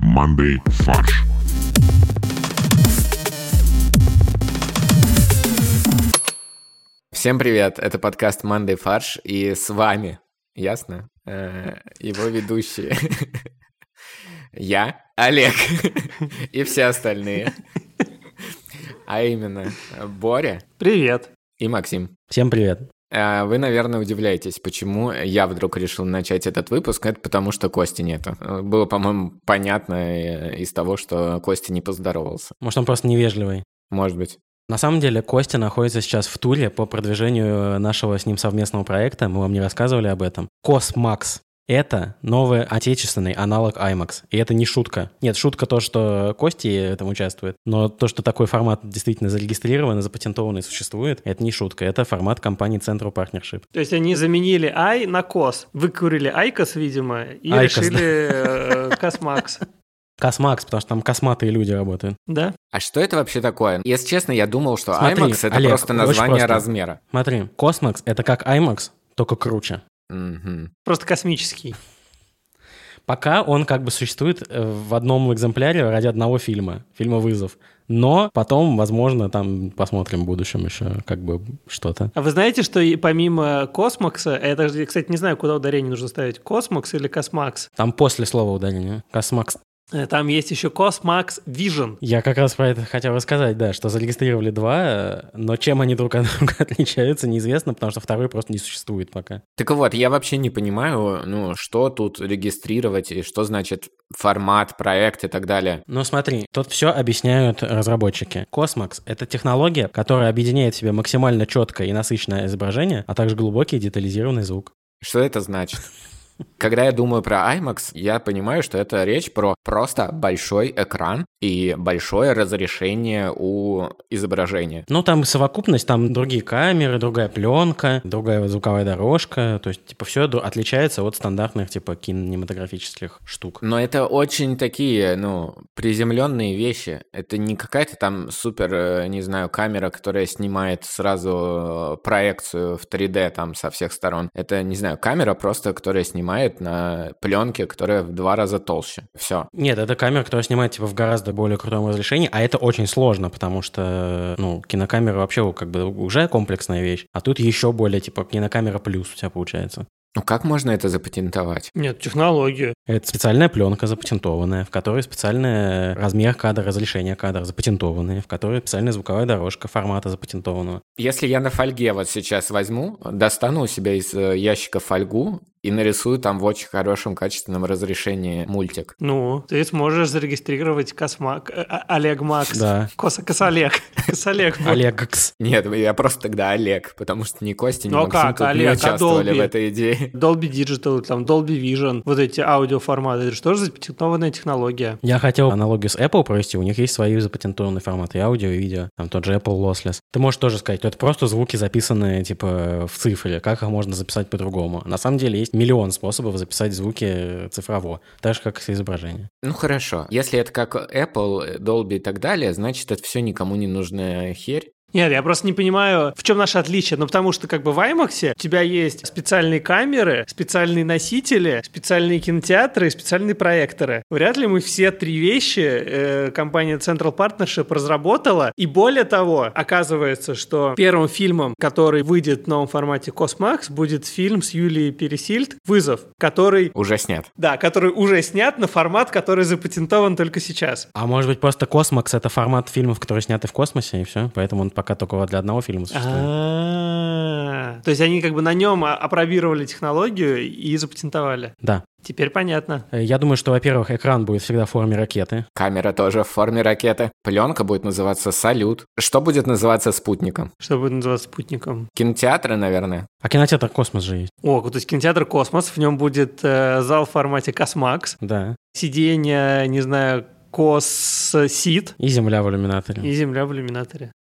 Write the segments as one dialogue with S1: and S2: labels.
S1: командой «Фарш».
S2: Всем привет, это подкаст «Мандай фарш» и с вами, ясно, Э, его ведущие. Я, Олег и все остальные. А именно э, Боря
S3: Привет.
S2: и Максим.
S4: Всем привет.
S2: Э, Вы, наверное, удивляетесь, почему я вдруг решил начать этот выпуск. Это потому, что Кости нету. Э, Было, по-моему, понятно э, из того, что Костя не поздоровался.
S4: Может, он просто невежливый.
S2: Может быть.
S4: На самом деле, Костя находится сейчас в туре по продвижению нашего с ним совместного проекта. Мы вам не рассказывали об этом. Космакс. Это новый отечественный аналог IMAX. И это не шутка. Нет, шутка то, что Кости в этом участвует. Но то, что такой формат действительно зарегистрирован и запатентованный существует, это не шутка. Это формат компании Central Partnership.
S3: То есть они заменили Ай на Кос. Выкурили Айкос, видимо, и
S4: Айкос,
S3: решили э, Космакс.
S4: Космакс, потому что там косматые люди работают.
S3: Да?
S2: А что это вообще такое? Если честно, я думал, что
S4: Смотри,
S2: IMAX это
S4: Олег,
S2: просто
S4: очень
S2: название
S4: просто.
S2: размера.
S4: Смотри, Космакс — это как IMAX, только круче.
S2: Мгм.
S3: Просто космический.
S4: Пока он как бы существует э, в одном экземпляре ради одного фильма, фильма «Вызов». Но потом, возможно, там посмотрим в будущем еще как бы что-то.
S3: А вы знаете, что и помимо Космакса, я даже, кстати, не знаю, куда ударение нужно ставить, Космакс или Космакс,
S4: Там после слова ударения. Космакс.
S3: Э, там есть еще Космакс Вижн.
S4: Я как раз про это хотел рассказать, да, что зарегистрировали два, э, но чем они друг от друга отличаются, неизвестно, потому что второй просто не существует пока.
S2: Так вот, я вообще не понимаю, ну, что тут регистрировать и что значит формат, проект и так далее.
S4: Ну смотри, тут все объясняют разработчики. Космакс — это технология, которая объединяет в себе максимально четкое и насыщенное изображение, а также глубокий и детализированный звук.
S2: Что это значит? Когда я думаю про IMAX, я понимаю, что это речь про просто большой экран и большое разрешение у изображения.
S4: Ну, там совокупность, там другие камеры, другая пленка, другая звуковая дорожка. То есть, типа, все отличается от стандартных, типа, кинематографических штук.
S2: Но это очень такие, ну, приземленные вещи. Это не какая-то там супер, э, не знаю, камера, которая снимает сразу э, проекцию в 3D там со всех сторон. Это, не знаю, камера просто, которая снимает на пленке, которая в два раза толще. Все.
S4: Нет, это камера, которая снимает, типа, в гораздо более крутом разрешении, а это очень сложно, потому что, ну, кинокамера вообще, как бы, уже комплексная вещь, а тут еще более, типа, кинокамера плюс у тебя получается.
S2: Ну как можно это запатентовать?
S3: Нет, технологию.
S4: Это специальная пленка запатентованная, в которой специальный размер кадра, разрешение кадра запатентованные, в которой специальная звуковая дорожка формата запатентованного.
S2: Если я на фольге вот сейчас возьму, достану у себя из э, ящика фольгу и нарисую там в очень хорошем качественном разрешении мультик.
S3: Ну, ты сможешь зарегистрировать Космак, э, а- Олег Макс.
S4: Да.
S3: Кос, Косолег. Косолег. вот.
S4: Олегкс.
S2: Нет, я просто тогда Олег, потому что ни Костя, ни
S3: Ну а
S2: Максим
S3: как,
S2: тут не
S3: Олег, а
S2: участвовали в
S3: Dolby?
S2: этой идее.
S3: Dolby Digital, там Dolby Vision, вот эти аудиоформаты. Это что же за патентованная технология?
S4: Я хотел аналогию с Apple провести, у них есть свои запатентованные форматы и аудио, и видео, там тот же Apple Lossless. Ты можешь тоже сказать, что это просто звуки, записанные типа в цифре, как их можно записать по-другому. А На самом деле есть миллион способов записать звуки э, цифрово, так же, как и с изображением.
S2: Ну хорошо, если это как Apple, Dolby и так далее, значит это все никому не нужная херь.
S3: Нет, я просто не понимаю, в чем наше отличие. Ну, потому что как бы в IMAX у тебя есть специальные камеры, специальные носители, специальные кинотеатры и специальные проекторы. Вряд ли мы все три вещи э, компания Central Partnership разработала. И более того, оказывается, что первым фильмом, который выйдет в новом формате Cosmax, будет фильм с Юлией Пересильд «Вызов», который...
S2: Уже снят.
S3: Да, который уже снят на формат, который запатентован только сейчас.
S4: А может быть просто Космакс — это формат фильмов, которые сняты в космосе, и все? Поэтому он пока только вот для одного фильма существует.
S3: А-а-а. То есть они как бы на нем а- опробировали технологию и запатентовали.
S4: Да.
S3: Теперь понятно.
S4: Э, Я думаю, что, во-первых, экран будет всегда в форме ракеты.
S2: Камера тоже в форме ракеты. Пленка будет называться «Салют». Что будет называться спутником?
S3: Что будет называться спутником?
S2: Кинотеатры, наверное.
S4: А кинотеатр «Космос» же есть.
S3: О, то есть кинотеатр «Космос», в нем будет э, зал в формате «Космакс»,
S4: Да.
S3: сиденье, не знаю, «Кос-сид»
S4: И земля в иллюминаторе.
S3: и земля в иллюминаторе.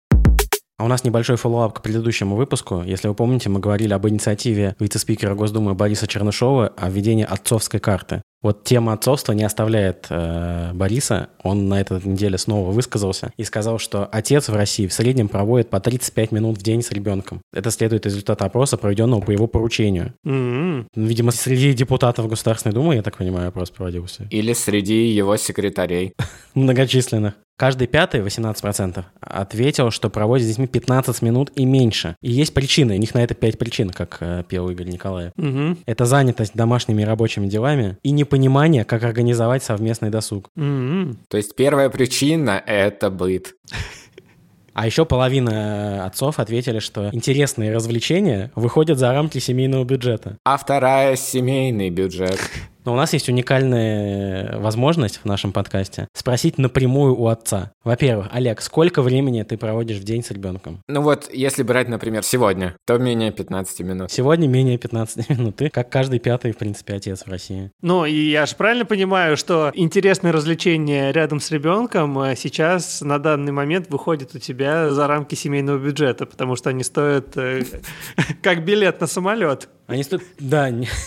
S4: А у нас небольшой фоллоуап к предыдущему выпуску. Если вы помните, мы говорили об инициативе вице-спикера Госдумы Бориса Чернышова о введении отцовской карты. Вот тема отцовства не оставляет э, Бориса. Он на этой неделе снова высказался и сказал, что отец в России в среднем проводит по 35 минут в день с ребенком. Это следует из результата опроса, проведенного по его поручению.
S3: М-м.
S4: Ну, Видимо, среди депутатов Государственной Думы, я так понимаю, опрос проводился.
S2: Или среди его секретарей.
S4: Многочисленных. Каждый пятый, 18%, ответил, что проводит с детьми 15 минут и меньше. И есть причины, у них на это 5 причин, как э, пел Игорь Николаев.
S3: Мгм.
S4: Это занятость домашними и рабочими делами и непонимание, как организовать совместный досуг.
S3: М-м.
S2: То есть первая причина — это быт.
S4: А еще половина э, отцов ответили, что интересные развлечения выходят за рамки семейного бюджета.
S2: А вторая — семейный бюджет.
S4: Но у нас есть уникальная э, возможность в нашем подкасте спросить напрямую у отца. Во-первых, Олег, сколько времени ты проводишь в день с ребенком?
S2: Ну вот, если брать, например, сегодня, то менее 15 минут.
S4: Сегодня менее 15 минут. Ты, как каждый пятый, в принципе, отец в России.
S3: Ну, и я же правильно понимаю, что интересное развлечение рядом с ребенком э, сейчас на данный момент выходит у тебя за рамки семейного бюджета, потому что они стоят э, как билет на самолет.
S4: Они стоят... Да, не-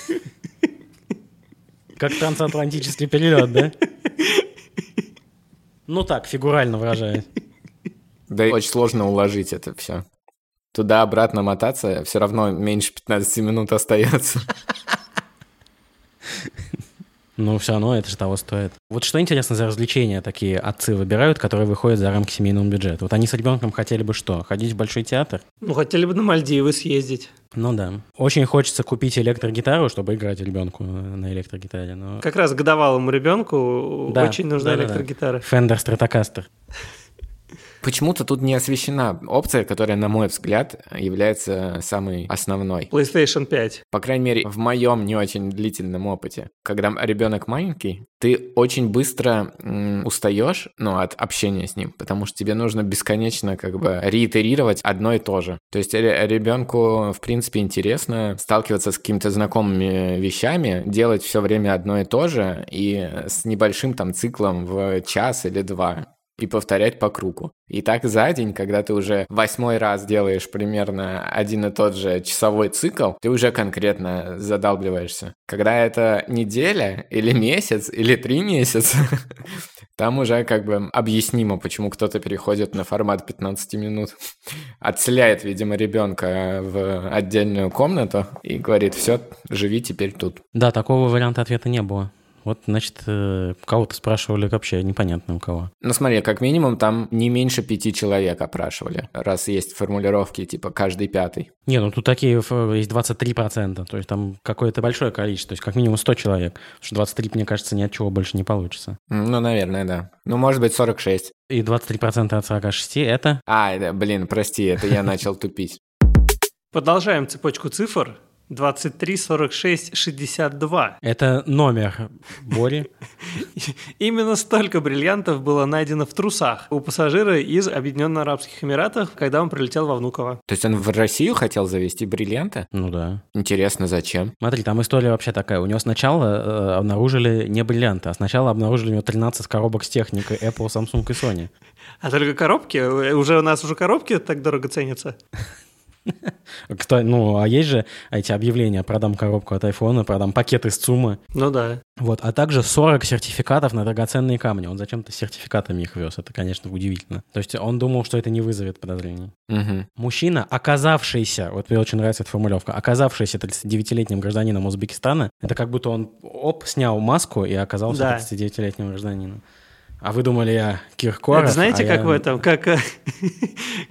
S4: Как трансатлантический перелет, да? Ну так, фигурально выражаясь.
S2: Да и очень сложно уложить это все. Туда-обратно мотаться, все равно меньше 15 минут остается.
S4: Ну, все равно это же того стоит. Вот что интересно за развлечения такие отцы выбирают, которые выходят за рамки семейного бюджета. Вот они с ребенком хотели бы что? Ходить в большой театр?
S3: Ну, хотели бы на Мальдивы съездить.
S4: Ну да. Очень хочется купить электрогитару, чтобы играть ребенку на электрогитаре. Но...
S3: Как раз годовалому ребенку
S4: Да,
S3: очень нужна
S4: да-да-да.
S3: электрогитара.
S4: Fender Stratocaster.
S2: Почему-то тут не освещена опция, которая, на мой взгляд, является самой основной.
S3: PlayStation 5.
S2: По крайней мере, в моем не очень длительном опыте. Когда ребенок маленький, ты очень быстро м, устаешь ну, от общения с ним, потому что тебе нужно бесконечно как бы реитерировать одно и то же. То есть ре- ребенку, в принципе, интересно сталкиваться с какими-то знакомыми вещами, делать все время одно и то же и с небольшим там циклом в час или два и повторять по кругу. И так за день, когда ты уже восьмой раз делаешь примерно один и тот же часовой цикл, ты уже конкретно задалбливаешься. Когда это неделя или месяц или три месяца, там уже как бы объяснимо, почему кто-то переходит на формат 15 минут. Отселяет, видимо, ребенка в отдельную комнату и говорит, все, живи теперь тут.
S4: Да, такого варианта ответа не было. Вот, значит, э, кого-то спрашивали вообще непонятно у кого.
S2: Ну смотри, как минимум там не меньше пяти человек опрашивали, раз есть формулировки типа «каждый пятый».
S4: Не, ну тут такие ф- есть 23%, то есть там какое-то большое количество, то есть как минимум 100 человек. Потому что 23, мне кажется, ни от чего больше не получится.
S2: М, Ну, наверное, да. Ну, может быть, 46.
S4: И 23% от 46 это...
S2: А, да, блин, прости, это я начал тупить.
S3: Продолжаем цепочку цифр. 23, 46, 62.
S4: Это номер Бори.
S3: Именно столько бриллиантов было найдено в трусах у пассажира из Объединенных Арабских Эмиратов, когда он прилетел во Внуково.
S2: То есть он в Россию хотел завести бриллианты?
S4: Ну да.
S2: Интересно, зачем?
S4: Смотри, там история вообще такая. У него сначала э, обнаружили не бриллианты, а сначала обнаружили у него 13 коробок с техникой Apple, Samsung и Sony.
S3: А только коробки? э, Уже у нас уже коробки так дорого ценятся?
S4: Кстати, ну, а есть же эти объявления «продам коробку от айфона», «продам пакет из ЦУМа».
S3: Ну да.
S4: Вот, а также 40 сертификатов на драгоценные камни. Он зачем-то с сертификатами их вез, это, конечно, удивительно. То есть он думал, что это не вызовет подозрений.
S2: Мгм.
S4: Мужчина, оказавшийся, вот мне очень нравится эта формулировка, оказавшийся 39-летним гражданином Узбекистана, это как будто он, оп, снял маску и оказался
S3: Да.
S4: 39-летним гражданином. А вы думали, я Киркоров?
S3: Это знаете,
S4: а
S3: как
S4: я-
S3: в этом, как, э,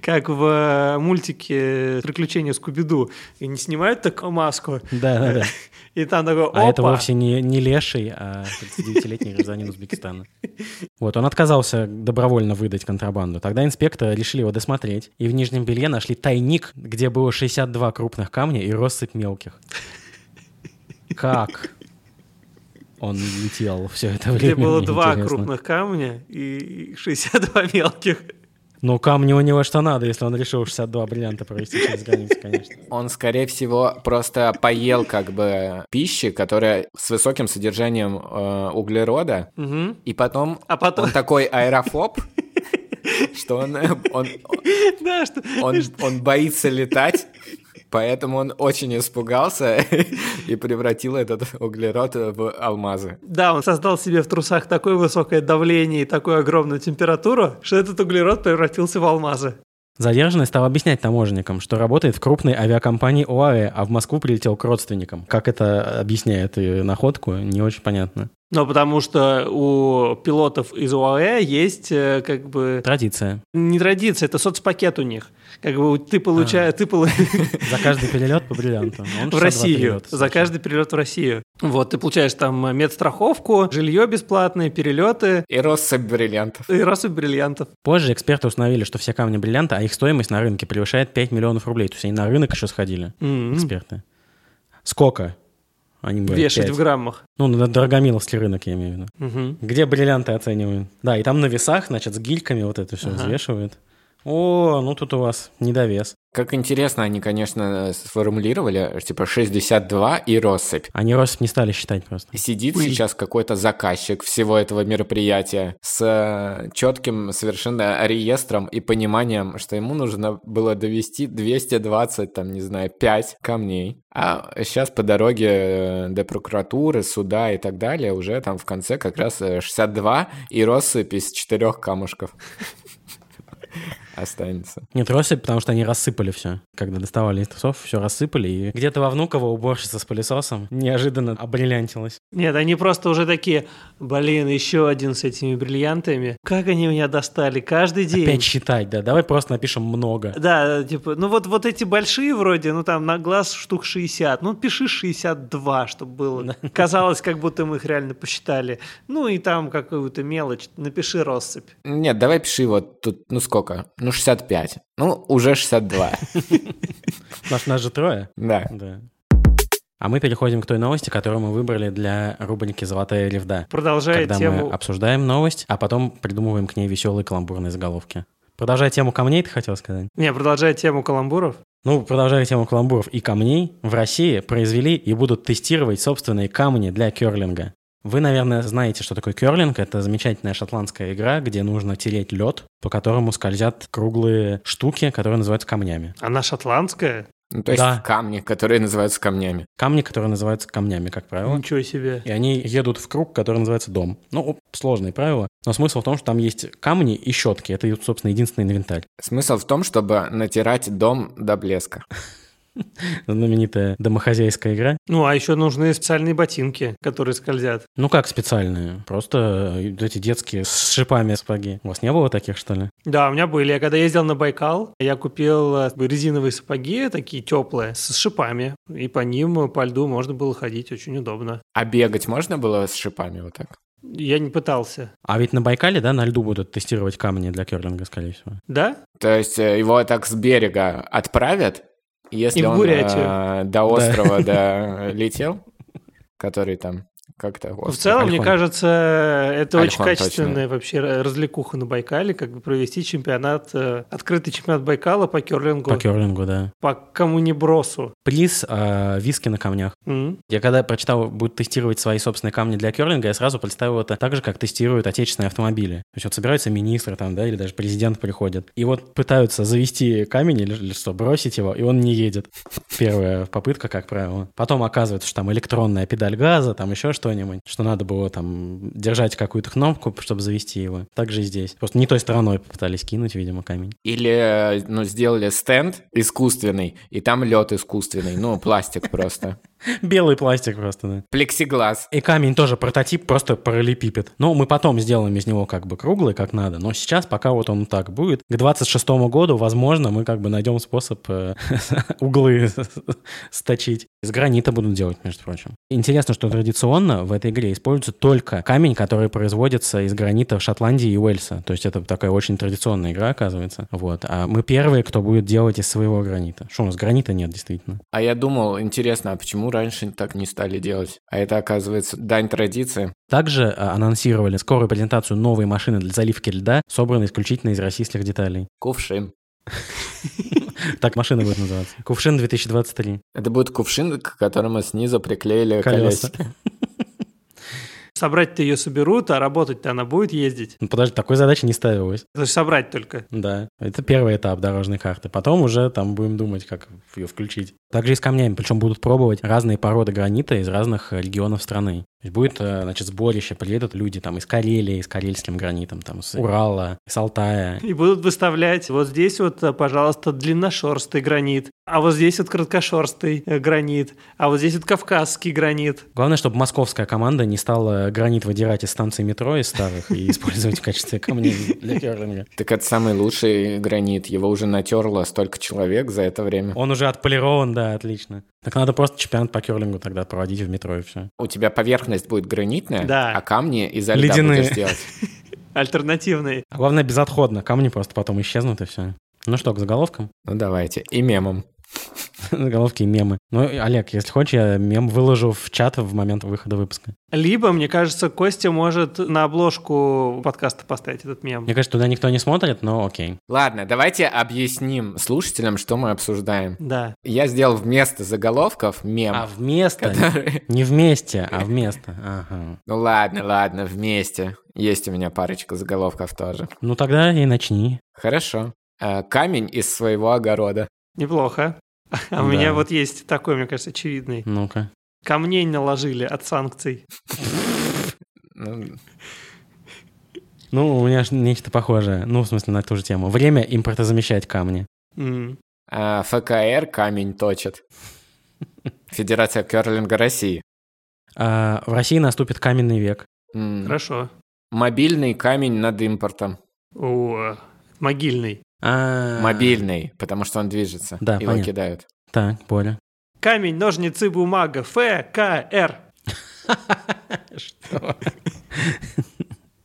S3: как в э, мультике «Приключения Скуби-Ду». И не снимают такую маску,
S4: Да-да-да.
S3: и там такой
S4: А это
S3: «Опа!»
S4: вовсе не, не леший, а 39-летний гражданин Узбекистана. Вот, он отказался добровольно выдать контрабанду. Тогда инспекторы решили его досмотреть, и в нижнем белье нашли тайник, где было 62 крупных камня и россыпь мелких. Как он летел все это время?
S3: где было
S4: мне
S3: два
S4: интересно.
S3: крупных камня и 62 мелких.
S4: Ну, камни у него что надо, если он решил 62 бриллианта провести через границу, конечно.
S2: Он, скорее всего, просто поел как бы пищи, которая с высоким содержанием э, углерода,
S3: Мгм.
S2: и потом
S3: А потом...
S2: он такой аэрофоб, что он, э, он,
S3: Да, что...
S2: он, он боится летать, Поэтому он очень испугался и превратил этот углерод в алмазы.
S3: Да, он создал себе в трусах такое высокое давление и такую огромную температуру, что этот углерод превратился в алмазы.
S4: Задержанный стал объяснять таможенникам, что работает в крупной авиакомпании ОАЭ, а в Москву прилетел к родственникам. Как это объясняет и находку, не очень понятно.
S3: Ну, потому что у пилотов из ОАЭ есть э, как бы...
S4: Традиция.
S3: Не традиция, это соцпакет у них. Как бы ты получаешь... Ты полу-
S4: За каждый перелет по бриллианту. Он
S3: в
S4: 62
S3: Россию.
S4: перелета
S3: За
S4: совершил.
S3: каждый перелет в Россию. Вот, ты получаешь там э, медстраховку, жилье бесплатное, перелеты
S2: И россыпь бриллиантов.
S3: и россыпь бриллиантов.
S4: Позже эксперты установили, что все камни бриллианта, а их стоимость на рынке превышает 5 миллионов рублей. То есть они на рынок еще сходили,
S3: М,
S4: эксперты. Сколько? Они говорят,
S3: Вешать
S4: пять.
S3: в граммах.
S4: Ну, на Дорогомиловский рынок, я имею в виду.
S3: Мгм.
S4: Где бриллианты оцениваем? Да, и там на весах, значит, с гильками вот это все
S3: Ага.
S4: взвешивают. О, ну тут у вас недовес.
S2: Как интересно, они, конечно, сформулировали, типа 62 и россыпь.
S4: Они россыпь не стали считать просто.
S2: Сидит
S3: Ой.
S2: сейчас какой-то заказчик всего этого мероприятия с четким совершенно реестром и пониманием, что ему нужно было довести 220, там, не знаю, 5 камней. А сейчас по дороге э, до прокуратуры, суда и так далее уже там в конце как раз э, 62 и россыпь из четырех камушков останется.
S4: Нет, россыпь, потому что они рассыпали все. Когда доставали из трусов, все рассыпали. И где-то во Внуково уборщица с пылесосом неожиданно обриллиантилась.
S3: Нет, они просто уже такие, блин, еще один с этими бриллиантами. Как они меня достали каждый день.
S4: Опять считать, да. Давай просто напишем много.
S3: Да, типа, ну вот, вот эти большие вроде, ну там на глаз штук 60, ну пиши 62, чтобы было. Казалось, как будто мы их реально посчитали. Ну и там какую-то мелочь, напиши россыпь.
S2: Нет, давай пиши вот тут, ну сколько? Ну 65. Ну, уже 62.
S4: Нас, нас же трое.
S2: Да.
S4: Да. А мы переходим к той новости, которую мы выбрали для рубрики «Золотая ревда».
S3: Продолжая
S4: Когда
S3: тему...
S4: мы обсуждаем новость, а потом придумываем к ней веселые каламбурные заголовки. Продолжая тему камней, ты хотел сказать?
S3: Не, продолжая тему каламбуров.
S4: Ну, продолжая тему каламбуров и камней, в России произвели и будут тестировать собственные камни для керлинга. Вы, наверное, знаете, что такое керлинг. Это замечательная шотландская игра, где нужно тереть лед, по которому скользят круглые штуки, которые называются камнями.
S3: Она шотландская?
S2: Ну, то есть
S4: Да.
S2: камни, которые называются камнями.
S4: Камни, которые называются камнями, как правило.
S3: Ничего себе.
S4: И они едут в круг, который называется дом. Ну, сложные правила. Но смысл в том, что там есть камни и щетки. Это, собственно, единственный инвентарь.
S2: Смысл в том, чтобы натирать дом до блеска.
S4: Знаменитая домохозяйская игра.
S3: Ну, а еще нужны специальные ботинки, которые скользят.
S4: Ну как специальные? Просто э, вот эти детские с шипами сапоги. У вас не было таких, что ли?
S3: Да, у меня были. Я когда ездил на Байкал, я купил э, резиновые сапоги, такие теплые, с шипами. И по ним, э, по льду можно было ходить, очень удобно.
S2: А бегать можно было с шипами вот так?
S3: Я не пытался.
S4: А ведь на Байкале, да, на льду будут тестировать камни для керлинга, скорее всего.
S3: Да?
S2: То есть э, его так с берега отправят, если
S3: И в
S2: он
S3: Бурятию.
S2: э, до острова да, летел, который там как-то...
S3: Ну, в
S2: остров.
S3: целом, мне
S4: Альхон.
S3: кажется,
S2: Альхон,
S3: это очень качественная вообще развлекуха на Байкале, как бы провести чемпионат, э, открытый чемпионат Байкала по керлингу,
S4: По
S3: по,
S4: керлингу, да.
S3: камунебросу.
S4: Приз э, виски на камнях.
S3: М?
S4: Я когда прочитал, будут тестировать свои собственные камни для керлинга, я сразу представил это так же, как тестируют отечественные автомобили. То есть вот собираются министры там, да, или даже президент приходит, и вот пытаются завести камень или, или что, бросить его, и он не едет. Первая попытка, как правило. Потом оказывается, что там электронная педаль газа, там еще что-нибудь, что надо было там держать какую-то кнопку, чтобы завести его. Так же и здесь. Просто не той стороной попытались кинуть, видимо, камень.
S2: Или э, ну, сделали стенд искусственный, и там лед искусственный, ну, пластик просто.
S4: Белый пластик просто, да.
S2: Плексиглаз.
S4: И камень тоже прототип, просто параллелепипед. Но мы потом сделаем из него как бы круглый, как надо. Но сейчас пока вот он так будет. К 26 году, возможно, мы как бы найдем способ э, углы сточить. Из гранита будут делать, между прочим. Интересно, что традиционно в этой игре используется только камень, который производится из гранита Шотландии и Уэльса. То есть это такая очень традиционная игра, оказывается. Вот. А мы первые, кто будет делать из своего гранита. Что у нас гранита нет, действительно.
S2: А я думал, интересно, а почему раньше так не стали делать? А это, оказывается, дань традиции.
S4: Также э, анонсировали скорую презентацию новой машины для заливки льда, собранной исключительно из российских деталей.
S2: Кувшин.
S4: Так машина будет называться. Кувшин 2023.
S2: Это будет кувшин, к которому снизу приклеили колесики.
S4: Колеса.
S3: Собрать-то ее соберут, а работать-то она будет ездить.
S4: Ну, подожди, такой задачи не ставилось.
S3: То есть собрать только.
S4: Да, это первый этап дорожной карты. Потом уже там будем думать, как ее включить. Также и с камнями, причем будут пробовать разные породы гранита из разных э, регионов страны. То есть будет, э, значит, сборище, приедут люди там из Карелии, с карельским гранитом, там с Урала, с Алтая.
S3: И будут выставлять вот здесь вот, э, пожалуйста, длинношерстый гранит, а вот здесь вот краткошерстый э, гранит, а вот здесь вот кавказский гранит.
S4: Главное, чтобы московская команда не стала гранит выдирать из станции метро, из старых, и использовать в качестве камней для керлинга.
S2: Так это самый лучший гранит. Его уже натерло столько человек за это время.
S4: Он уже отполирован, да, отлично. Так надо просто чемпионат по керлингу тогда проводить в метро и все.
S2: У тебя поверхность будет гранитная,
S3: Да.
S2: а камни из льда
S4: Ледяные.
S2: будешь делать.
S3: Альтернативный.
S4: А главное, безотходно. Камни просто потом исчезнут и все. Ну что, к заголовкам?
S2: Ну давайте. И мемом.
S4: Заголовки и мемы. Ну, Олег, если хочешь, я мем выложу в чат в момент выхода выпуска.
S3: Либо, мне кажется, Костя может на обложку подкаста поставить этот мем.
S4: Мне кажется, туда никто не смотрит, но окей.
S2: Ладно, давайте объясним слушателям, что мы обсуждаем.
S3: Да.
S2: Я сделал вместо заголовков мем.
S4: А вместо?
S2: который-
S4: Не вместе, а вместо. Ага.
S2: Ну ладно, ладно, вместе. Есть у меня парочка заголовков тоже.
S4: Ну тогда и начни.
S2: Хорошо. Э, Камень из своего огорода.
S3: Неплохо. А у
S4: Да.
S3: меня вот есть такой, мне кажется, очевидный.
S4: Ну-ка.
S3: Камней наложили от санкций.
S2: Ну,
S4: Ну, у меня ж нечто похожее. Ну, в смысле, на ту же тему. Время импортозамещать камни.
S3: М.
S2: а ФКР камень точит. Федерация керлинга России.
S4: А, в России наступит каменный век.
S2: М,
S3: Хорошо.
S2: Мобильный камень над импортом.
S3: О, могильный.
S4: А,
S2: Мобильный, потому что он движется.
S4: Да,
S2: Его
S4: понятно.
S2: кидают.
S4: Так, понял.
S3: Камень, ножницы, бумага. ФКР.
S4: Что?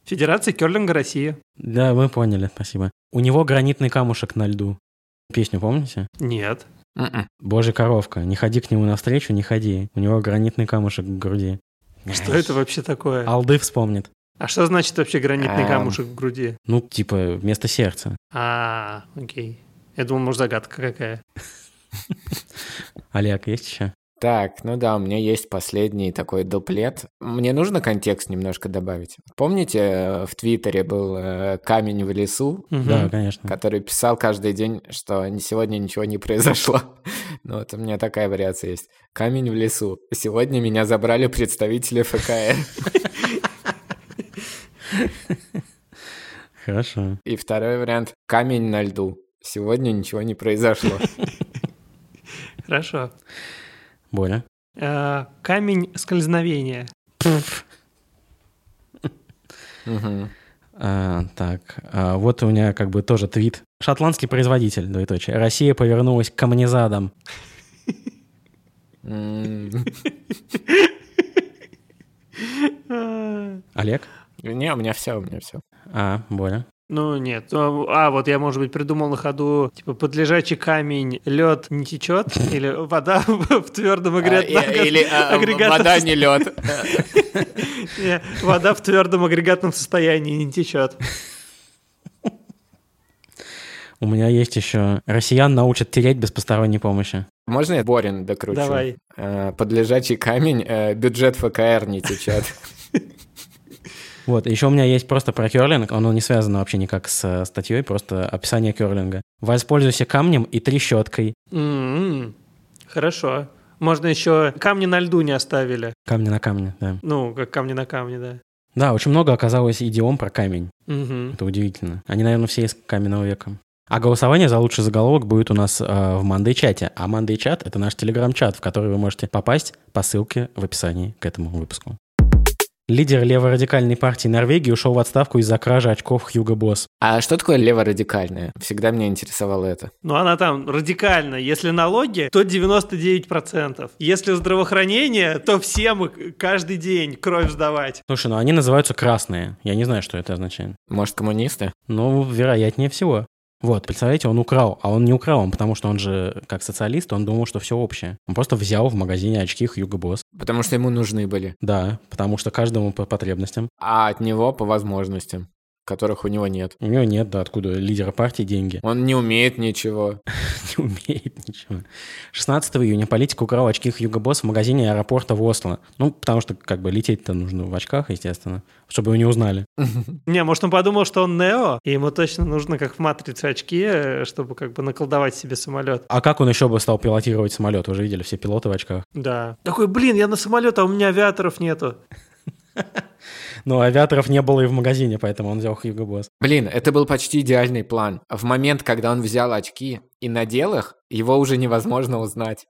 S3: Федерация керлинга России.
S4: Да, мы поняли, спасибо. У него гранитный камушек на льду. Песню помните?
S3: Нет.
S2: М-м.
S4: Божья коровка, не ходи к нему навстречу, не ходи. У него гранитный камушек в груди.
S3: Что это вообще такое?
S4: Алды вспомнит.
S3: А что значит вообще гранитный
S2: Эм.
S3: камушек в груди?
S4: Ну, типа, вместо сердца.
S3: А, окей. Я думал, может, загадка какая.
S4: Олег, есть еще?
S2: Так, ну да, у меня есть последний такой дуплет. Мне нужно контекст немножко добавить. Помните, э, в Твиттере был э, камень в лесу,
S3: Мгм.
S4: Да, конечно.
S2: который писал каждый день, что ни- сегодня ничего не произошло. Ну вот у меня такая вариация есть. Камень в лесу. Сегодня меня забрали представители ФКР.
S4: Хорошо.
S2: И второй вариант. Камень на льду. Сегодня ничего не произошло.
S3: Хорошо.
S4: Боря.
S3: Э, камень скользновения.
S2: Мгм.
S4: А, так, а, вот у меня как бы тоже твит. Шотландский производитель, двоеточие. Россия повернулась к камнезадам.
S2: М.
S3: А,
S4: Олег?
S2: Не, у меня все, у меня все.
S4: А, Боря.
S3: Ну, нет. А, а, вот я, может быть, придумал на ходу, типа, под лежачий камень лед не течет, или вода в твердом агрегатном
S2: Или а,
S3: агрегатном
S2: вода не лед.
S3: сос- не, Вода в твердом агрегатном состоянии не течет.
S4: У меня есть еще «Россиян научат тереть без посторонней помощи».
S2: Можно я Борин докручу?
S3: Давай.
S2: Э, Под лежачий камень э, бюджет ФКР не течет.
S4: Вот, еще у меня есть просто про керлинг, оно не связано вообще никак с э, статьей, просто описание керлинга. Воспользуйся камнем и трещоткой.
S3: М-м, Хорошо. Можно еще камни на льду не оставили.
S4: Камни на камне, да.
S3: Ну, как камни на камне, да.
S4: Да, очень много оказалось идиом про камень.
S3: Мгм.
S4: Это удивительно. Они, наверное, все из каменного века. А голосование за лучший заголовок будет у нас э, в Мандей-чате. А Мандей-чат — это наш телеграм-чат, в который вы можете попасть по ссылке в описании к этому выпуску. Лидер леворадикальной партии Норвегии ушел в отставку из-за кражи очков Хьюго Босс.
S2: А что такое леворадикальное? Всегда меня интересовало это.
S3: Ну, она там радикально. Если налоги, то 99%. Если здравоохранение, то все мы каждый день кровь сдавать.
S4: Слушай, ну они называются красные. Я не знаю, что это означает.
S2: Может, коммунисты?
S4: Ну, вероятнее всего. Вот, представляете, он украл, а он не украл, он, потому что он же, как социалист, он думал, что все общее. Он просто взял в магазине очки Хьюго Босс.
S2: Потому что ему нужны были.
S4: Да, потому что каждому по потребностям.
S2: А от него по возможностям. которых у него нет.
S4: У него нет, да, откуда лидера партии деньги.
S2: Он не умеет ничего.
S4: Не умеет ничего. 16 июня политик украл очки Хьюго Босс в магазине аэропорта в Осло. Ну, потому что как бы лететь-то нужно в очках, естественно, чтобы его не узнали.
S3: Не, может, он подумал, что он Нео, и ему точно нужно, как в «Матрице», очки, э, чтобы как бы наколдовать себе самолет.
S4: А как он еще бы стал пилотировать самолет? Вы же видели, все пилоты в очках.
S3: Да. Такой, блин, я на самолет, а у меня авиаторов нету.
S4: Но авиаторов не было и в магазине, поэтому он взял Хьюго Босс.
S2: Блин, это был почти идеальный план. В момент, когда он взял очки и надел их, его уже невозможно узнать.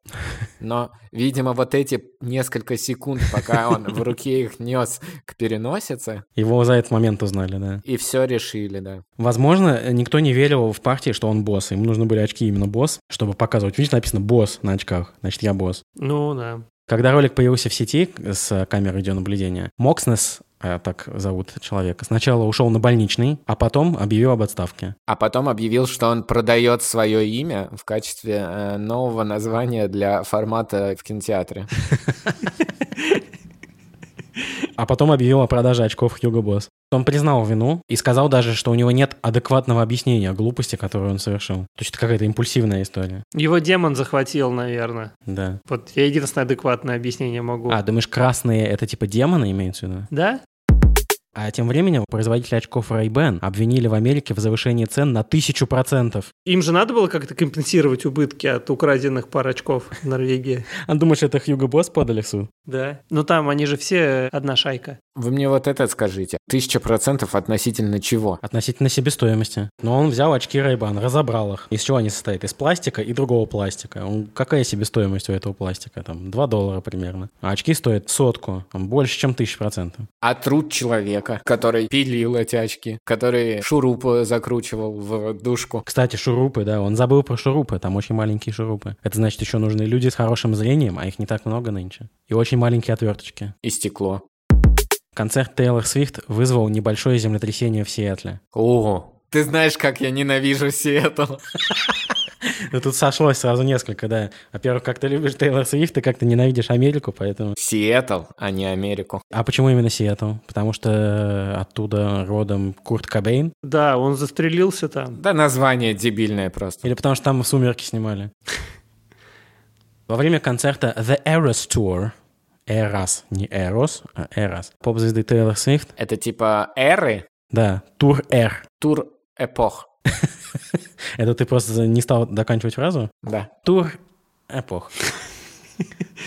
S2: Но, видимо, вот эти несколько секунд, пока он в руке их нес к переносице,
S4: Его за этот момент узнали, да.
S2: и все решили, да.
S4: Возможно, никто не верил в партии, что он босс. Ему нужны были очки именно босс, чтобы показывать. Видите, написано босс на очках, значит, я босс.
S3: Ну, да.
S4: Когда ролик появился в сети с камерой видеонаблюдения, Мокснес, а, так зовут человека, сначала ушел на больничный, а потом объявил об отставке.
S2: А потом объявил, что он продает свое имя в качестве э, нового названия для формата в кинотеатре.
S4: А потом объявил о продаже очков Хьюго Босс. Он признал вину и сказал даже, что у него нет адекватного объяснения глупости, которую он совершил. То есть это какая-то импульсивная история.
S3: Его демон захватил, наверное.
S4: Да.
S3: Вот я единственное адекватное объяснение могу.
S4: А, думаешь, красные — это типа демоны имеются в виду?
S3: Да?
S4: А тем временем производители очков Ray-Ban обвинили в Америке в завышении цен на тысячу процентов.
S3: Им же надо было как-то компенсировать убытки от украденных пар очков в Норвегии.
S4: А думаешь, это Хьюго Босс подали в суд?
S3: Да. Ну там они же все одна шайка.
S2: Вы мне вот это скажите. Тысяча процентов относительно чего?
S4: Относительно себестоимости. Но он взял очки Ray-Ban, разобрал их. Из чего они состоят? Из пластика и другого пластика. Он- Какая себестоимость у этого пластика? Там 2 доллара примерно. А очки стоят сотку. Там Больше, чем тысяча процентов.
S2: А труд человека, который пилил эти очки, который шуруп э, закручивал в душку.
S4: Кстати, шурупы, да, он забыл про шурупы, там очень маленькие шурупы. Это значит, еще нужны люди с хорошим зрением, а их не так много нынче. И очень маленькие отверточки.
S2: И стекло.
S4: Концерт Тейлор Свифт вызвал небольшое землетрясение в Сиэтле.
S2: О, ты знаешь, как я ненавижу Сиэтл.
S4: Да Ну, тут сошлось сразу несколько, да. Во-первых, как ты любишь Тейлор Свифт, и как ты ненавидишь Америку, поэтому...
S2: Сиэтл, а не Америку.
S4: А почему именно Сиэтл? Потому что э, оттуда родом Курт Кобейн?
S3: Да, он застрелился там.
S2: Да название дебильное просто.
S4: Или потому что там «Сумерки» снимали? Во время концерта The Eras Tour, Эрос, не Эрос, а Эрос, поп-звезды Тейлор Свифт,
S2: Это типа эры,
S4: да, тур Р.
S2: тур эпох.
S4: Это ты просто не стал доканчивать фразу?
S2: Да.
S4: Тур эпох.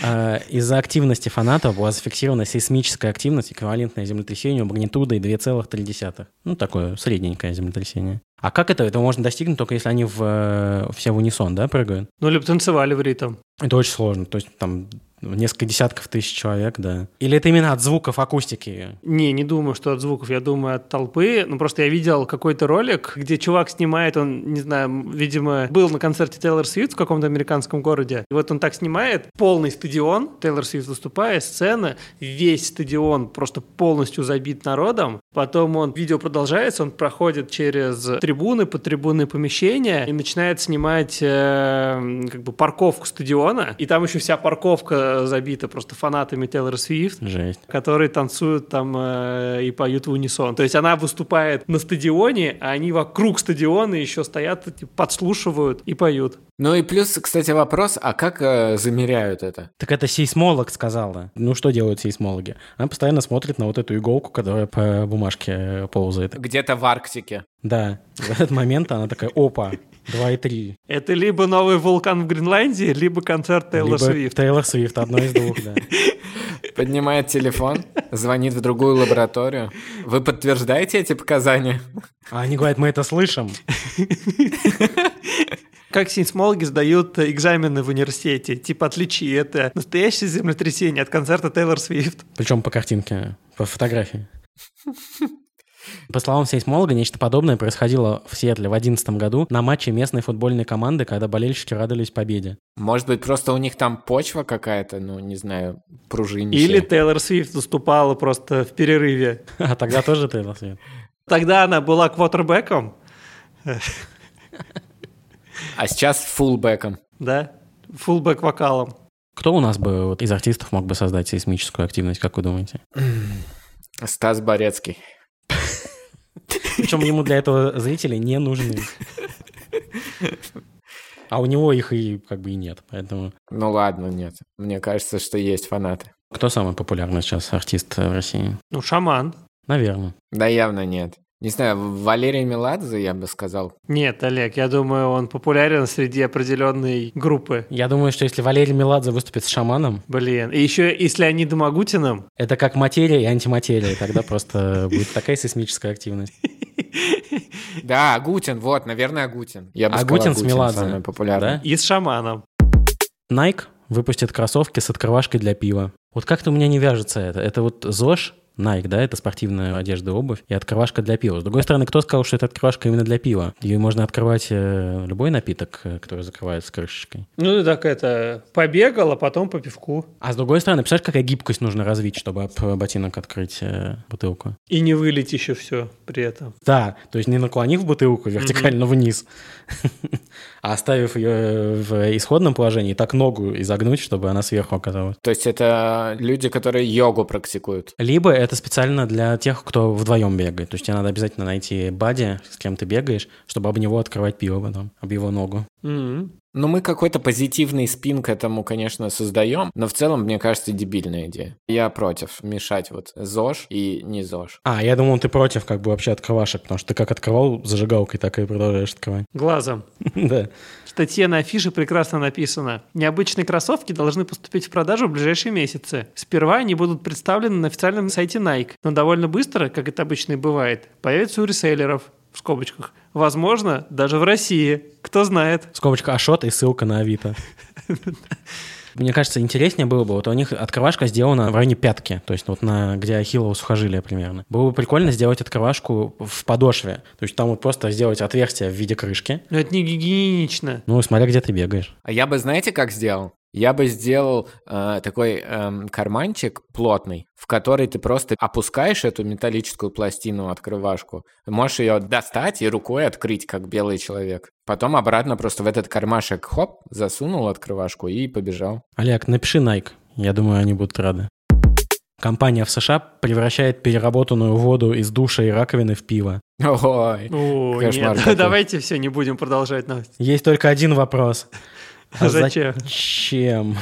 S4: А, Из-за активности фанатов была зафиксирована сейсмическая активность, эквивалентная землетрясению магнитудой 2,3. Ну, такое средненькое землетрясение. А как это? Это можно достигнуть только если они в, э, все в унисон, да, прыгают?
S3: Ну, либо танцевали в ритм.
S4: Это очень сложно. То есть там несколько десятков тысяч человек, да. Или это именно от звуков акустики?
S3: Не, не думаю, что от звуков, я думаю от толпы. Ну, просто я видел какой-то ролик, где чувак снимает, он, не знаю, м, видимо, был на концерте Тейлор Свифт в каком-то американском городе. И вот он так снимает, полный стадион, Тейлор Свифт выступает, сцена, весь стадион просто полностью забит народом. Потом он, видео продолжается, он проходит через трибуны, под трибунные помещения и начинает снимать э, м, как бы парковку стадиона. И там еще вся парковка забита просто фанатами Тейлор Свифт
S4: Жесть.
S3: которые танцуют там э, и поют в унисон. То есть она выступает на стадионе, а они вокруг стадиона еще стоят, типа, подслушивают и поют.
S2: Ну и плюс, кстати, вопрос, а как э, замеряют это?
S4: Так это сейсмолог сказала. Ну, что делают сейсмологи? Она постоянно смотрит на вот эту иголку, которая по бумажке э, ползает.
S2: Где-то в Арктике.
S4: Да, в этот момент она такая, опа, 2,3.
S3: Это либо новый вулкан в Гренландии, либо концерт Тейлор
S4: Либо
S3: Свифт.
S4: Тейлор Свифт, одно из двух, да.
S2: Поднимает телефон, звонит в другую лабораторию. Вы подтверждаете эти показания?
S4: А они говорят, мы это слышим.
S3: Как сейсмологи сдают э, экзамены в университете? Типа, отличи это настоящее землетрясение от концерта Тейлор Свифт.
S4: Причем по картинке, по фотографии. По словам сейсмолога, нечто подобное происходило в Сиэтле в 2011 году на матче местной футбольной команды, когда болельщики радовались победе.
S2: Может быть, просто у них там почва какая-то, ну, не знаю, пружинищая.
S3: Или Тейлор Свифт выступала просто в перерыве.
S4: А тогда тоже Тейлор Свифт.
S3: Тогда она была квотербеком,
S2: А сейчас фулбэком.
S3: да? Фулбэк вокалом.
S4: Кто у нас бы вот, из артистов мог бы создать сейсмическую активность, как вы думаете?
S2: Стас Борецкий.
S4: Причем ему для этого зрители не нужны. А у него их и как бы и нет, поэтому...
S2: Ну ладно, нет. Мне кажется, что есть фанаты.
S4: Кто самый популярный сейчас артист в России?
S3: Ну, шаман.
S4: Наверное.
S2: Да явно нет. Не знаю, Валерий Меладзе, я бы сказал.
S3: Нет, Олег, я думаю, он популярен среди определенной группы.
S4: Я думаю, что если Валерий Меладзе выступит с шаманом,
S3: Блин, и еще и с Леонидом Агутиным.
S4: это как материя и антиматерия, тогда просто будет такая сейсмическая активность.
S2: Да, Агутин, вот, наверное, Агутин. Я бы сказал,
S4: Агутин с
S2: Агутин
S4: Меладзе,
S2: самый популярный.
S4: да?
S3: И с шаманом.
S4: Nike выпустит кроссовки с открывашкой для пива. Вот как-то у меня не вяжется это. Это вот ЗОЖ, Nike, да, это спортивная одежда и обувь, и открывашка для пива. С другой стороны, кто сказал, что это открывашка именно для пива? Ее можно открывать э, любой напиток, э, который закрывается крышечкой.
S3: Ну, так это, побегал, а потом по пивку.
S4: А с другой стороны, представляешь, какая гибкость нужно развить, чтобы об ботинок открыть э, бутылку?
S3: И не вылить еще все при этом.
S4: Да, то есть не наклонив бутылку вертикально вниз, а оставив ее в исходном положении, так ногу изогнуть, чтобы она сверху оказалась.
S2: То есть это люди, которые йогу практикуют.
S4: Либо это специально для тех, кто вдвоем бегает. То есть тебе надо обязательно найти бади, с кем ты бегаешь, чтобы об него открывать пиво потом, об его ногу.
S3: Мгм.
S2: Но Ну, мы какой-то позитивный спин к этому, конечно, создаем, но в целом, мне кажется, дебильная идея. Я против мешать вот ЗОЖ и не ЗОЖ.
S4: А, я думал, ты против как бы вообще открывашек, потому что ты как открывал зажигалкой, так и продолжаешь открывать.
S3: Глазом.
S4: Да.
S3: В статье на афише прекрасно написано. Необычные кроссовки должны поступить в продажу в ближайшие месяцы. Сперва они будут представлены на официальном сайте Nike, но довольно быстро, как это обычно и бывает, появятся у реселлеров, в скобочках. Возможно, даже в России. Кто знает.
S4: Скобочка Ашот и ссылка на Авито. Мне кажется, интереснее было бы, вот у них открывашка сделана в районе пятки, то есть вот на, где ахиллово сухожилие примерно. Было бы прикольно сделать открывашку в подошве, то есть там вот просто сделать отверстие в виде крышки,
S3: Но Ну, это не гигиенично.
S4: ну, смотря где ты бегаешь.
S2: А я бы, знаете, как сделал? Я бы сделал э, такой эм, карманчик плотный, в который ты просто опускаешь эту металлическую пластину, открывашку, можешь ее достать и рукой открыть, как белый человек. Потом обратно просто в этот кармашек хоп, засунул открывашку и побежал.
S4: Олег, напиши Nike. Я думаю, они будут рады. Компания в США превращает переработанную воду из душа и раковины в пиво.
S2: Ой,
S3: О,
S2: Кошмар
S3: нет.
S2: какой.
S3: Давайте все, не будем продолжать новость.
S4: Есть только один вопрос. А
S3: Зачем?
S4: Зачем?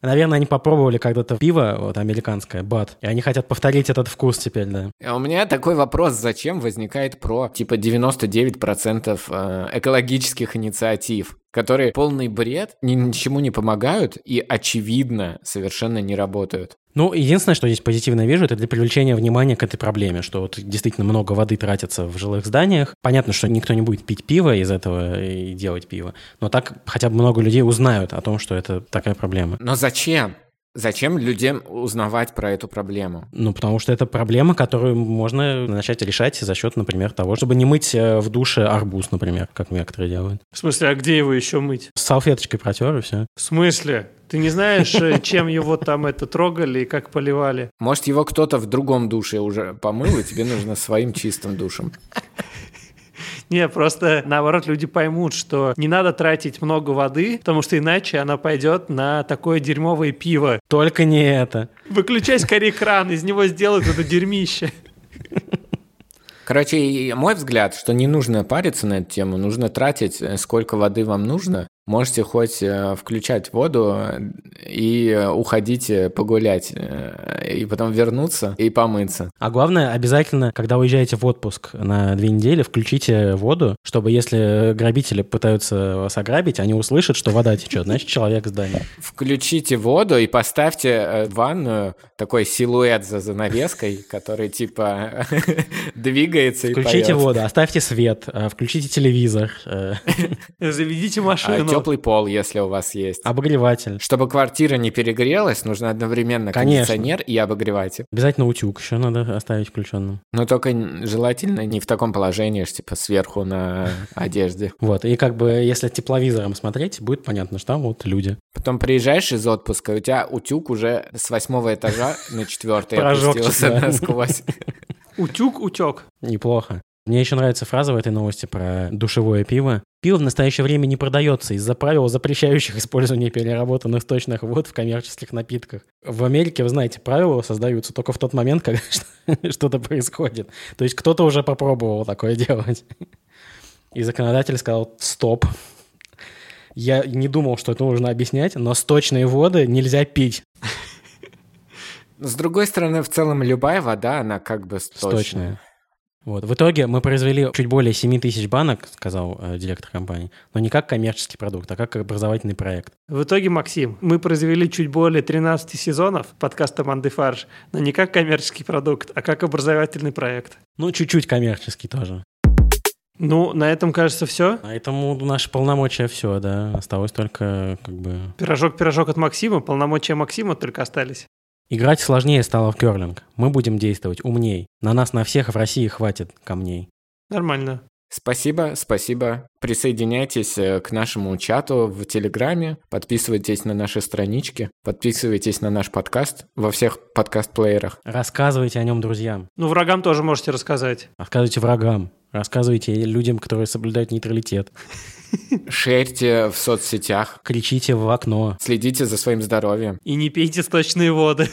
S4: Наверное, они попробовали когда-то пиво, вот американское, бат, и они хотят повторить этот вкус теперь, да.
S2: А У меня такой вопрос, зачем возникает про типа 99% э, экологических инициатив, которые полный бред, ни- ничему не помогают и, очевидно, совершенно не работают.
S4: Ну, единственное, что здесь позитивно вижу, это для привлечения внимания к этой проблеме, что вот действительно много воды тратится в жилых зданиях. Понятно, что никто не будет пить пиво из этого и делать пиво, но так хотя бы много людей узнают о том, что это такая проблема.
S2: Но зачем? Зачем людям узнавать про эту проблему?
S4: Ну, потому что это проблема, которую можно начать решать за счет, например, того, чтобы не мыть э, в душе арбуз, например, как некоторые делают.
S3: В смысле, а где его еще мыть?
S4: С салфеточкой протер и все.
S3: В смысле? Ты не знаешь, э, чем его там это трогали и как поливали?
S2: Может, его кто-то в другом душе уже помыл, и тебе нужно своим чистым душем.
S3: Не, просто наоборот люди поймут, что не надо тратить много воды, потому что иначе она пойдет на такое дерьмовое пиво.
S4: Только не это.
S3: Выключай скорее кран, из него сделают это дерьмище.
S2: Короче, и мой взгляд, что не нужно париться на эту тему, нужно тратить, э, сколько воды вам нужно. Можете хоть э, включать воду э, и э, уходить э, погулять, э, и потом вернуться и помыться.
S4: А главное, обязательно, когда уезжаете в отпуск на две недели, включите воду, чтобы если грабители пытаются вас ограбить, они услышат, что вода течет, значит, человек в здании.
S2: Включите воду и поставьте э, в ванную такой силуэт за занавеской, который типа двигается и
S4: Включите
S2: поёт.
S4: воду, оставьте свет, э, включите телевизор, э,
S3: Заведите
S2: А,
S3: машину.
S2: Теплый пол, если у вас есть.
S4: а, обогреватель,
S2: Чтобы квартира не перегрелась, нужно одновременно
S4: Конечно.
S2: кондиционер и обогреватель.
S4: обязательно утюг еще надо оставить включенным.
S2: Но только н- желательно не в таком положении, ж, типа сверху на одежде.
S4: Вот, и как бы если тепловизором смотреть, будет понятно, что там вот люди.
S2: Потом приезжаешь из отпуска, и у тебя утюг уже с восьмого этажа на четвертый
S4: Прожег
S2: опустился
S4: тебя.
S2: насквозь.
S3: Утюг утек.
S4: Неплохо. Мне еще нравится фраза в этой новости про душевое пиво. Пиво в настоящее время не продается из-за правил, запрещающих использование переработанных сточных вод в коммерческих напитках. В Америке, вы знаете, правила создаются только в тот момент, когда что-то происходит. То есть кто-то уже попробовал такое делать. И законодатель сказал «стоп». Я не думал, что это нужно объяснять, но сточные воды нельзя пить.
S2: С другой стороны, в целом любая вода, она как бы сточная.
S4: Сточная. Вот. В итоге мы произвели чуть более 7 тысяч банок, сказал э, директор компании, но не как коммерческий продукт, а как образовательный проект.
S3: В итоге, Максим, мы произвели чуть более 13 сезонов подкаста «Манды Фарш», но не как коммерческий продукт, а как образовательный проект.
S4: Ну, чуть-чуть коммерческий тоже.
S3: Ну, на этом, кажется, все.
S4: Поэтому наши полномочия все, да. Осталось только как бы...
S3: Пирожок-пирожок от Максима, полномочия Максима только остались.
S4: Играть сложнее стало в керлинг. Мы будем действовать умней. На нас на всех в России хватит камней.
S3: Нормально.
S2: Спасибо, спасибо. Присоединяйтесь э, к нашему чату в Телеграме, подписывайтесь на наши странички, подписывайтесь на наш подкаст во всех подкаст-плеерах.
S4: Рассказывайте о нем друзьям.
S3: Ну, врагам тоже можете рассказать.
S4: Рассказывайте врагам. Рассказывайте людям, которые соблюдают нейтралитет.
S2: Шерьте в соцсетях,
S4: Кричите в окно.
S2: следите за своим здоровьем,
S3: И не пейте сточные воды.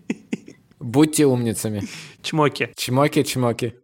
S2: будьте умницами.
S3: Чмоки.
S2: Чмоки-чмоки.